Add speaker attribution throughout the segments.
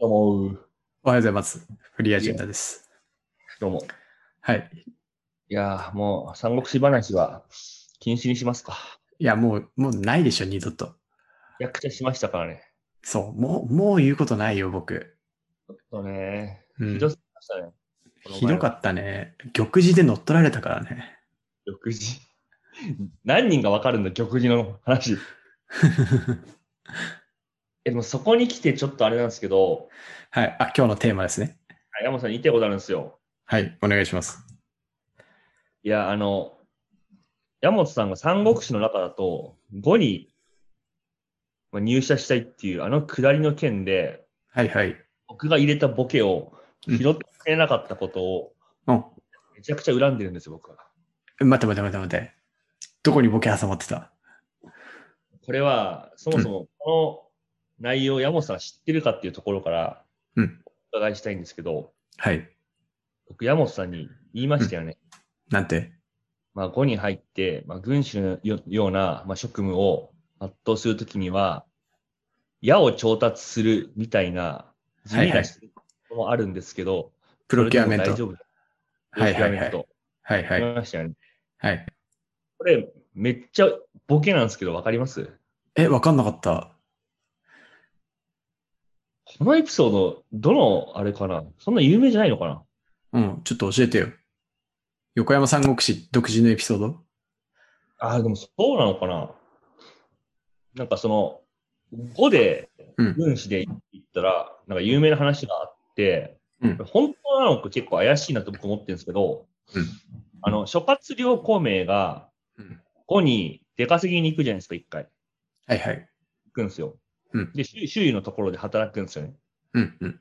Speaker 1: どうも。
Speaker 2: おはようございます。フリーアジェンダです。
Speaker 1: どうも。
Speaker 2: はい。
Speaker 1: いやー、もう、三国志話は禁止にしますか。
Speaker 2: いや、もう、もうないでしょ、二度と。
Speaker 1: 役者しましたからね。
Speaker 2: そう、もう、もう言うことないよ、僕。
Speaker 1: ちょっとね、
Speaker 2: うん
Speaker 1: ひどすぎましたね。
Speaker 2: ひどか
Speaker 1: た。
Speaker 2: ったね。玉児で乗っ取られたからね。
Speaker 1: 玉児。 何人がわかるんだ、玉児の話。え、でもそこに来てちょっとあれなんですけど、
Speaker 2: はい。あ、今日のテーマですね。
Speaker 1: 山本さんに言いたいことあるんですよ。
Speaker 2: はい。お願いします。
Speaker 1: いや、あの、山本さんが三国志の中だと、5にまあ入社したいっていう、あの下りの件で、
Speaker 2: はいはい。
Speaker 1: 僕が入れたボケを拾ってくれなかったことを
Speaker 2: うん。
Speaker 1: めちゃくちゃ恨んでるんですよ、僕は。
Speaker 2: 待って待って待って待って。どこにボケ挟まってた
Speaker 1: これは、そもそもこの内容、山本さんは知ってるかっていうところから
Speaker 2: うん。
Speaker 1: お伺いしたいんですけど、
Speaker 2: はい。
Speaker 1: 僕、山本さんに言いましたよね。
Speaker 2: なんて。
Speaker 1: まあ、5に入って、まあ、軍師のよような、まあ、職務を全うするときには、矢を調達するみたいな、地味な仕事もあるんですけど、
Speaker 2: プロキュアメン
Speaker 1: それで
Speaker 2: ト。
Speaker 1: も大丈夫。プ
Speaker 2: は
Speaker 1: ロ
Speaker 2: い
Speaker 1: キュ
Speaker 2: は
Speaker 1: ア
Speaker 2: いは
Speaker 1: メン
Speaker 2: い。
Speaker 1: ト。
Speaker 2: はいは
Speaker 1: 言
Speaker 2: い。
Speaker 1: いましたよね。
Speaker 2: はい。
Speaker 1: これ、めっちゃボケなんですけど、わかります
Speaker 2: え、わかんなかった。
Speaker 1: このエピソード、どの、あれかなそんな有名じゃないのかな
Speaker 2: うん。ちょっと教えてよ。横山三国志独自のエピソード
Speaker 1: ああ、でもそうなのかななんかその、5で
Speaker 2: うん、
Speaker 1: 分子で言ったら、なんか有名な話があって、
Speaker 2: うん
Speaker 1: 本当なのか結構怪しいなと僕思ってるんですけど、
Speaker 2: うん
Speaker 1: あの、諸葛亮孔明が
Speaker 2: うん
Speaker 1: 5に出稼ぎに行くじゃないですか、一回。
Speaker 2: はいはい。
Speaker 1: 行くんですよ。
Speaker 2: うん
Speaker 1: で、周周囲のところで働くんですよね。
Speaker 2: うんうん。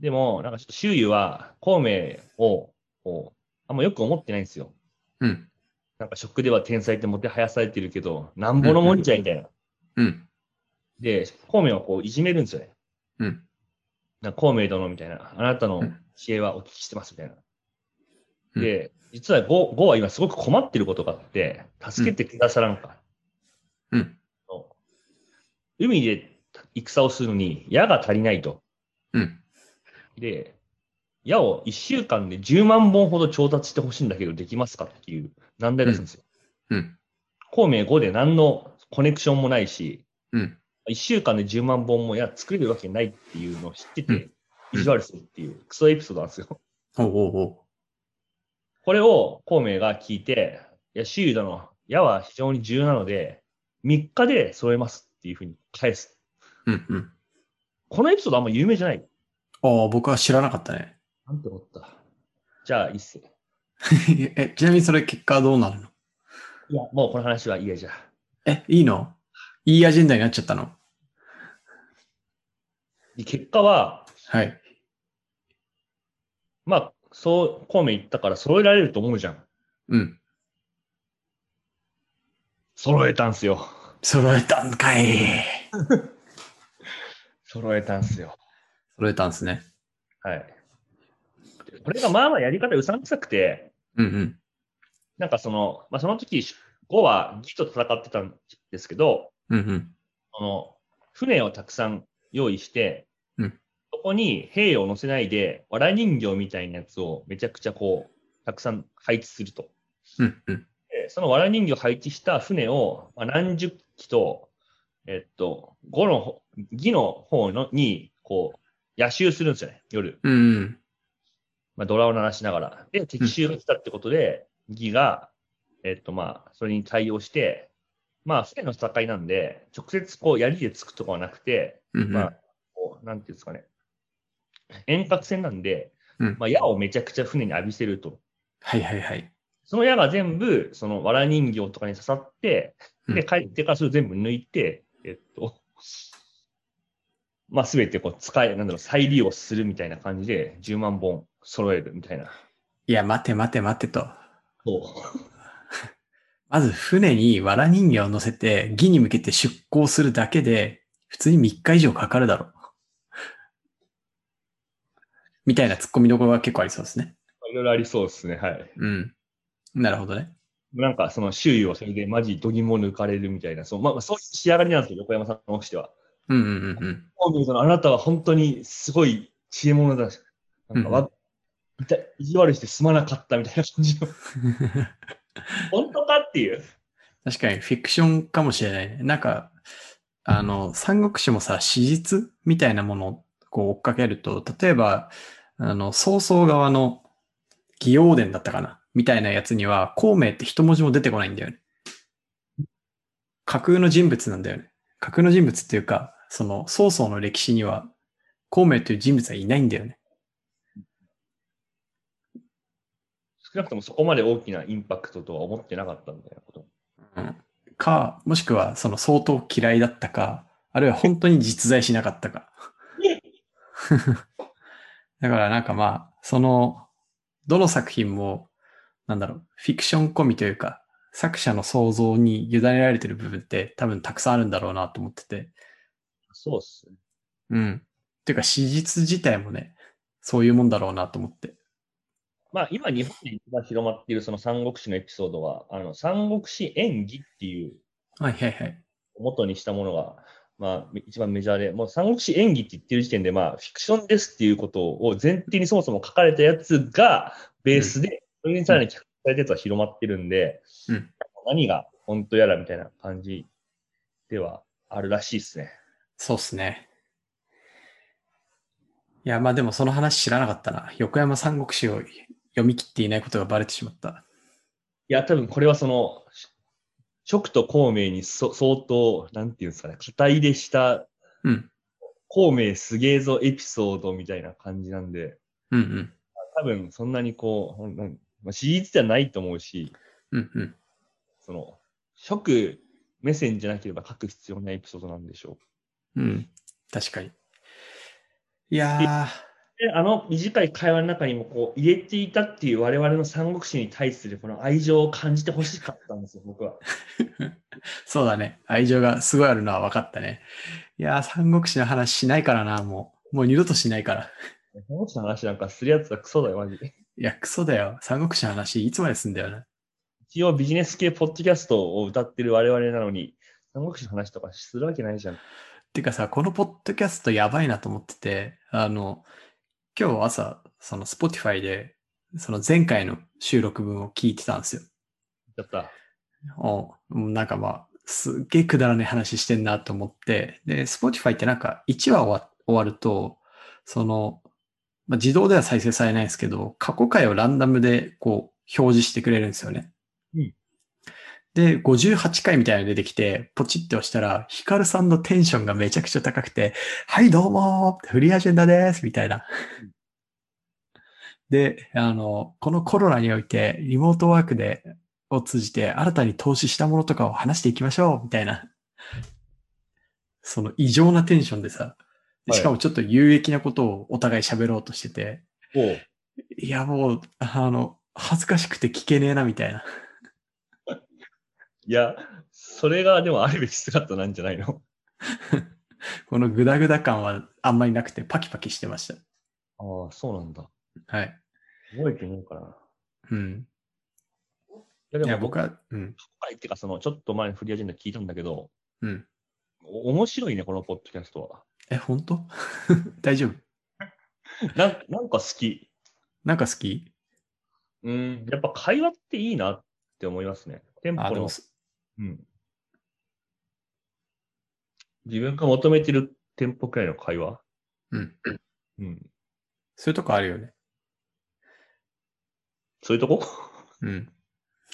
Speaker 1: でも、なんかちょっと周囲は孔明を、こうあんまよく思ってないんですよ。
Speaker 2: うん。
Speaker 1: なんか食では天才ってもてはやされてるけど、なんぼのもんじゃいみたいな。
Speaker 2: うん。
Speaker 1: で、孔明をこういじめるんですよね。
Speaker 2: うん。
Speaker 1: なんか孔明殿みたいな、あなたの
Speaker 2: うん
Speaker 1: 知恵はお聞きしてますみたいな。
Speaker 2: うん
Speaker 1: で、実はゴゴは今すごく困ってることがあって、助けてくださらんか。
Speaker 2: うん。
Speaker 1: 海で戦をするのに矢が足りないと。
Speaker 2: うん。
Speaker 1: で、矢を1週間で10万本ほど調達してほしいんだけど、できますかっていう難題出すんですよ。
Speaker 2: うん。
Speaker 1: 孔明5で何のコネクションもないし、
Speaker 2: うん。
Speaker 1: 1週間で10万本もや作れるわけないっていうのを知ってて、
Speaker 2: うん
Speaker 1: 意地悪するっていうクソエピソードなんですよ。
Speaker 2: おうおうおう。
Speaker 1: これを孔明が聞いて、いや、周囲殿、矢は非常に重要なので、3日で揃えますっていうふうに返す。
Speaker 2: うんうん。
Speaker 1: このエピソードあんま有名じゃない。
Speaker 2: ああ、僕は知らなかったね。
Speaker 1: なんて思った。じゃあ、一世。
Speaker 2: え、ちなみにそれ結果はどうなるの
Speaker 1: いや、もうこの話は嫌じゃ。
Speaker 2: え、いいのいいアジェンダになっちゃったの
Speaker 1: で結果は、
Speaker 2: はい。
Speaker 1: まあ、そう、孔明言ったから揃えられると思うじゃん。
Speaker 2: うん。
Speaker 1: 揃えたんすよ。
Speaker 2: 揃えたんかい。
Speaker 1: 揃えたんすよ。
Speaker 2: 揃えたんすね。
Speaker 1: はい。でこれがまあまあやり方うさんくさくて、
Speaker 2: うんうん。
Speaker 1: なんかその、まあその時、5は義と戦ってたんですけど、
Speaker 2: うんうん。
Speaker 1: その、船をたくさん用意して、
Speaker 2: うん
Speaker 1: そこに兵を乗せないで、わら人形みたいなやつをめちゃくちゃこう、たくさん配置すると。
Speaker 2: うんうん。
Speaker 1: でそのわら人形を配置した船を、まあ、何十機と、えっと、5の方、義の方のに、こう、夜襲するんですよね、夜。
Speaker 2: うんうん。
Speaker 1: まあ、ドラを鳴らしながら。で、敵襲が来たってことで、義が、えっと、まあ、それに対応して、まあ、船の戦いなんで、直接こう、槍で突くとかはなくて、
Speaker 2: うんうん。
Speaker 1: まあ、こう、なんていうんですかね。遠隔戦なんで
Speaker 2: うん、
Speaker 1: まあ、矢をめちゃくちゃ船に浴びせると。
Speaker 2: はいはいはい。
Speaker 1: その矢が全部、その、藁人形とかに刺さって、
Speaker 2: う
Speaker 1: で、
Speaker 2: ん
Speaker 1: 帰ってからそれを全部抜いて、えっと、まあ、すべてこう、使い、なんだろう、再利用するみたいな感じで、10万本揃えるみたいな。
Speaker 2: いや、待て待て待てと。
Speaker 1: そう。
Speaker 2: まず船に藁人形を乗せて、義に向けて出港するだけで、普通に3日以上かかるだろう。みたいな突っ込みどころが結構ありそうですね。
Speaker 1: いろいろありそうですね、はい。
Speaker 2: うん。なるほどね。
Speaker 1: なんか、その周囲をそれでマジどぎも抜かれるみたいな、そうまあ、そういう仕上がりなんですよ、横山さんのしては。
Speaker 2: うんうんうんうん。
Speaker 1: こう見ると、あなたは本当にすごい知恵者だし、なんかわ、いた意地悪してすまなかったみたいな感じの、 本当かっていう。
Speaker 2: 確かにフィクションかもしれないね。なんか、あの、三国志もさ、史実みたいなものをこう追っかけると、例えば、あの、曹操側の義王伝だったかなみたいなやつには、孔明って一文字も出てこないんだよね。架空の人物なんだよね。架空の人物っていうか、その曹操の歴史には、孔明という人物はいないんだよね。
Speaker 1: 少なくともそこまで大きなインパクトとは思ってなかったみたいなこと。
Speaker 2: うん、か、もしくはその相当嫌いだったか、あるいは本当に実在しなかった か。だからなんかまあ、その、どの作品も、なんだろう、フィクション込みというか、作者の想像に委ねられてる部分って多分たくさんあるんだろうなと思ってて。
Speaker 1: そうっすね。
Speaker 2: うん。ていうか、史実自体もね、そういうもんだろうなと思って。
Speaker 1: まあ今日本で一番広まっているその三国志のエピソードは、あの三国志演義っていう
Speaker 2: はいはいはい。
Speaker 1: 元にしたものが、まあ一番メジャーで、もう三国志演義って言ってる時点で、まあフィクションですっていうことを前提にそもそも書かれたやつがベースで、それにさらに脚本されたやつは広まってるんで、
Speaker 2: うん
Speaker 1: 何が本当やらみたいな感じではあるらしいですね。
Speaker 2: そうっすね。いや、まあでもその話知らなかったな。横山三国志を読み切っていないことがバレてしまった。
Speaker 1: いや、多分これはその、食と孔明にそ相当、なんていうんですかね、肩入れした、
Speaker 2: うん。
Speaker 1: 孔明すげえぞエピソードみたいな感じなんで、
Speaker 2: うんうん。
Speaker 1: 多分そんなにこうほん、なんまあ、史実ではないと思うし、
Speaker 2: うんうん。
Speaker 1: その、食目線じゃなければ書く必要ないエピソードなんでしょ
Speaker 2: うん。確かに。いや
Speaker 1: う。で、あの短い会話の中にもこう、入れていたっていう我々の三国志に対するこの愛情を感じてほしかったんですよ、僕は。
Speaker 2: ー、そうだね。愛情がすごいあるのは分かったね。いやー、三国志の話しないからな、もう。もう二度としないから。
Speaker 1: 三国志の話なんかするやつはクソだよ、マジで。
Speaker 2: いや、クソだよ。三国志の話、いつまですんだよな。
Speaker 1: 一応ビジネス系ポッドキャストを歌ってる我々なのに、三国志の話とかするわけないじゃん。
Speaker 2: てかさ、このポッドキャストやばいなと思ってて、あの、今日朝、その Spotify で、その前回の収録分を聞いてたんですよ。
Speaker 1: やった。
Speaker 2: おなんかまあ、すっげえくだらない話してんなと思って、で、Spotify ってなんか1話終わ終わると、その、まあ、自動では再生されないんですけど、過去回をランダムでこう表示してくれるんですよね。
Speaker 1: うん
Speaker 2: で、58回みたいなの出てきて、ポチって押したら、ヒカルさんのテンションがめちゃくちゃ高くて、はい、どうもフリーアジェンダですみたいな。で、あの、このコロナにおいて、リモートワークでを通じて新たに投資したものとかを話していきましょう、みたいな。その異常なテンションでさ、で
Speaker 1: はい
Speaker 2: しかもちょっと有益なことをお互い喋ろうとしてて、
Speaker 1: おう
Speaker 2: いやもう、あの、恥ずかしくて聞けねえな、みたいな。
Speaker 1: いや、それがでもあるべき姿なんじゃないの
Speaker 2: このグダグダ感はあんまりなくてパキパキしてまし
Speaker 1: ああ、そうなんだ。
Speaker 2: た。はい。
Speaker 1: 覚えてねえからな。
Speaker 2: うん。
Speaker 1: いや、
Speaker 2: い
Speaker 1: で
Speaker 2: や、
Speaker 1: も僕
Speaker 2: 僕
Speaker 1: は、
Speaker 2: は、うん。
Speaker 1: 今回っていうか、その、ちょっと前にフリーアジェンダ聞いたんだけど、
Speaker 2: うん。
Speaker 1: お面白いね、このポッドキャストは。
Speaker 2: え、本当 大丈夫
Speaker 1: なんなんか好き。
Speaker 2: なんか好き
Speaker 1: うん、やっぱ会話っていいなって思いますね。テンポ
Speaker 2: あ、で
Speaker 1: の
Speaker 2: も、
Speaker 1: うん。自分が求めてるテンポくらいの会話。
Speaker 2: うん。
Speaker 1: うん。
Speaker 2: そういうとこあるよね。
Speaker 1: そういうとこ
Speaker 2: うん。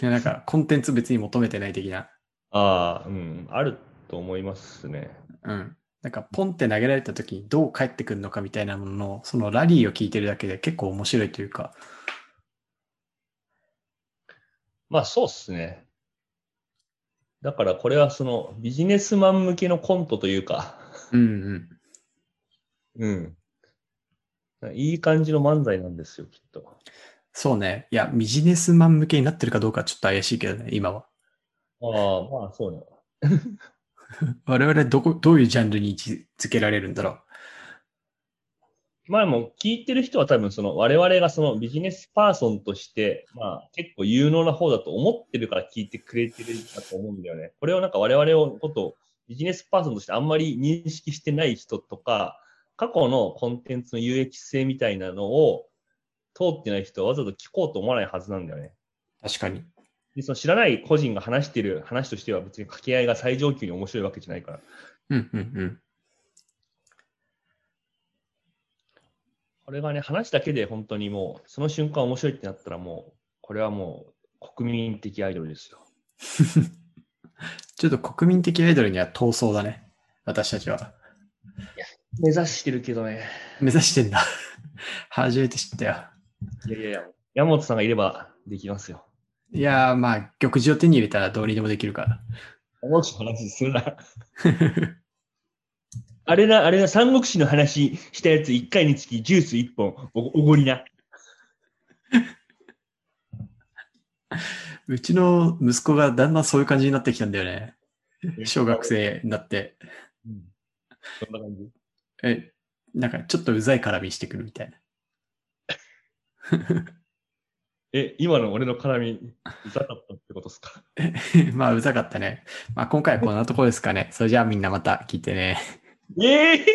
Speaker 2: いや、なんかコンテンツ別に求めてない的な。
Speaker 1: ああ、うん、あると思いますね。
Speaker 2: うん。なんかポンって投げられた時にどう返ってくるのかみたいなものの、そのラリーを聞いてるだけで結構面白いというか、
Speaker 1: まあ、そうっすね。だから、これはそのビジネスマン向けのコントというか、
Speaker 2: うんうん。
Speaker 1: うん。いい感じの漫才なんですよ、きっと。
Speaker 2: そうね。いや、ビジネスマン向けになってるかどうかはちょっと怪しいけどね、今は。
Speaker 1: ああ、まあ、そうね。
Speaker 2: 我々どこ、どういうジャンルに位置づけられるんだろ
Speaker 1: まあ、もう聞いてる人は多分、その我々がそのビジネスパーソンとして、まあ、結構有能な方だと思ってるから聞いてくれてるんだと思うんだよね。これをなんか我々のことをビジネスパーソンとしてあんまり認識してない人とか、過去のコンテンツの有益性みたいなのを通ってない人はわざと聞こうと思わないはずなんだよね。
Speaker 2: 確かに。
Speaker 1: で、その知らない個人が話してる話としては別に掛け合いが最上級に面白いわけじゃないから。
Speaker 2: うんうんうん。
Speaker 1: これがね、話だけで本当にもう、その瞬間面白いってなったらもう、これはもう国民的アイドルですよ。
Speaker 2: ちょっと国民的アイドルには闘争だね。私たちは。
Speaker 1: 目指してるけどね。
Speaker 2: 目指してんだ。 初めて知ったよ。
Speaker 1: いやいやいや、山本さんがいればできますよ。
Speaker 2: いやー、まあ、玉璽を手に入れたらどうにでもできるから。
Speaker 1: 山本の話する な。あれな、あれな、三国志の話したやつ1回につきジュース1本おおごりな。
Speaker 2: うちの息子がだんだんそういう感じになってきたんだよね。小学。生になって。
Speaker 1: うん、そんな感じ。
Speaker 2: え、なんかちょっとうざい絡みしてくるみたいな。
Speaker 1: え、今の俺の絡み、うざかったってことです か
Speaker 2: まあ、うざかったね。まあ、今回はこんなとこですかね。それじゃあみんなまた聞いてね。
Speaker 1: ええ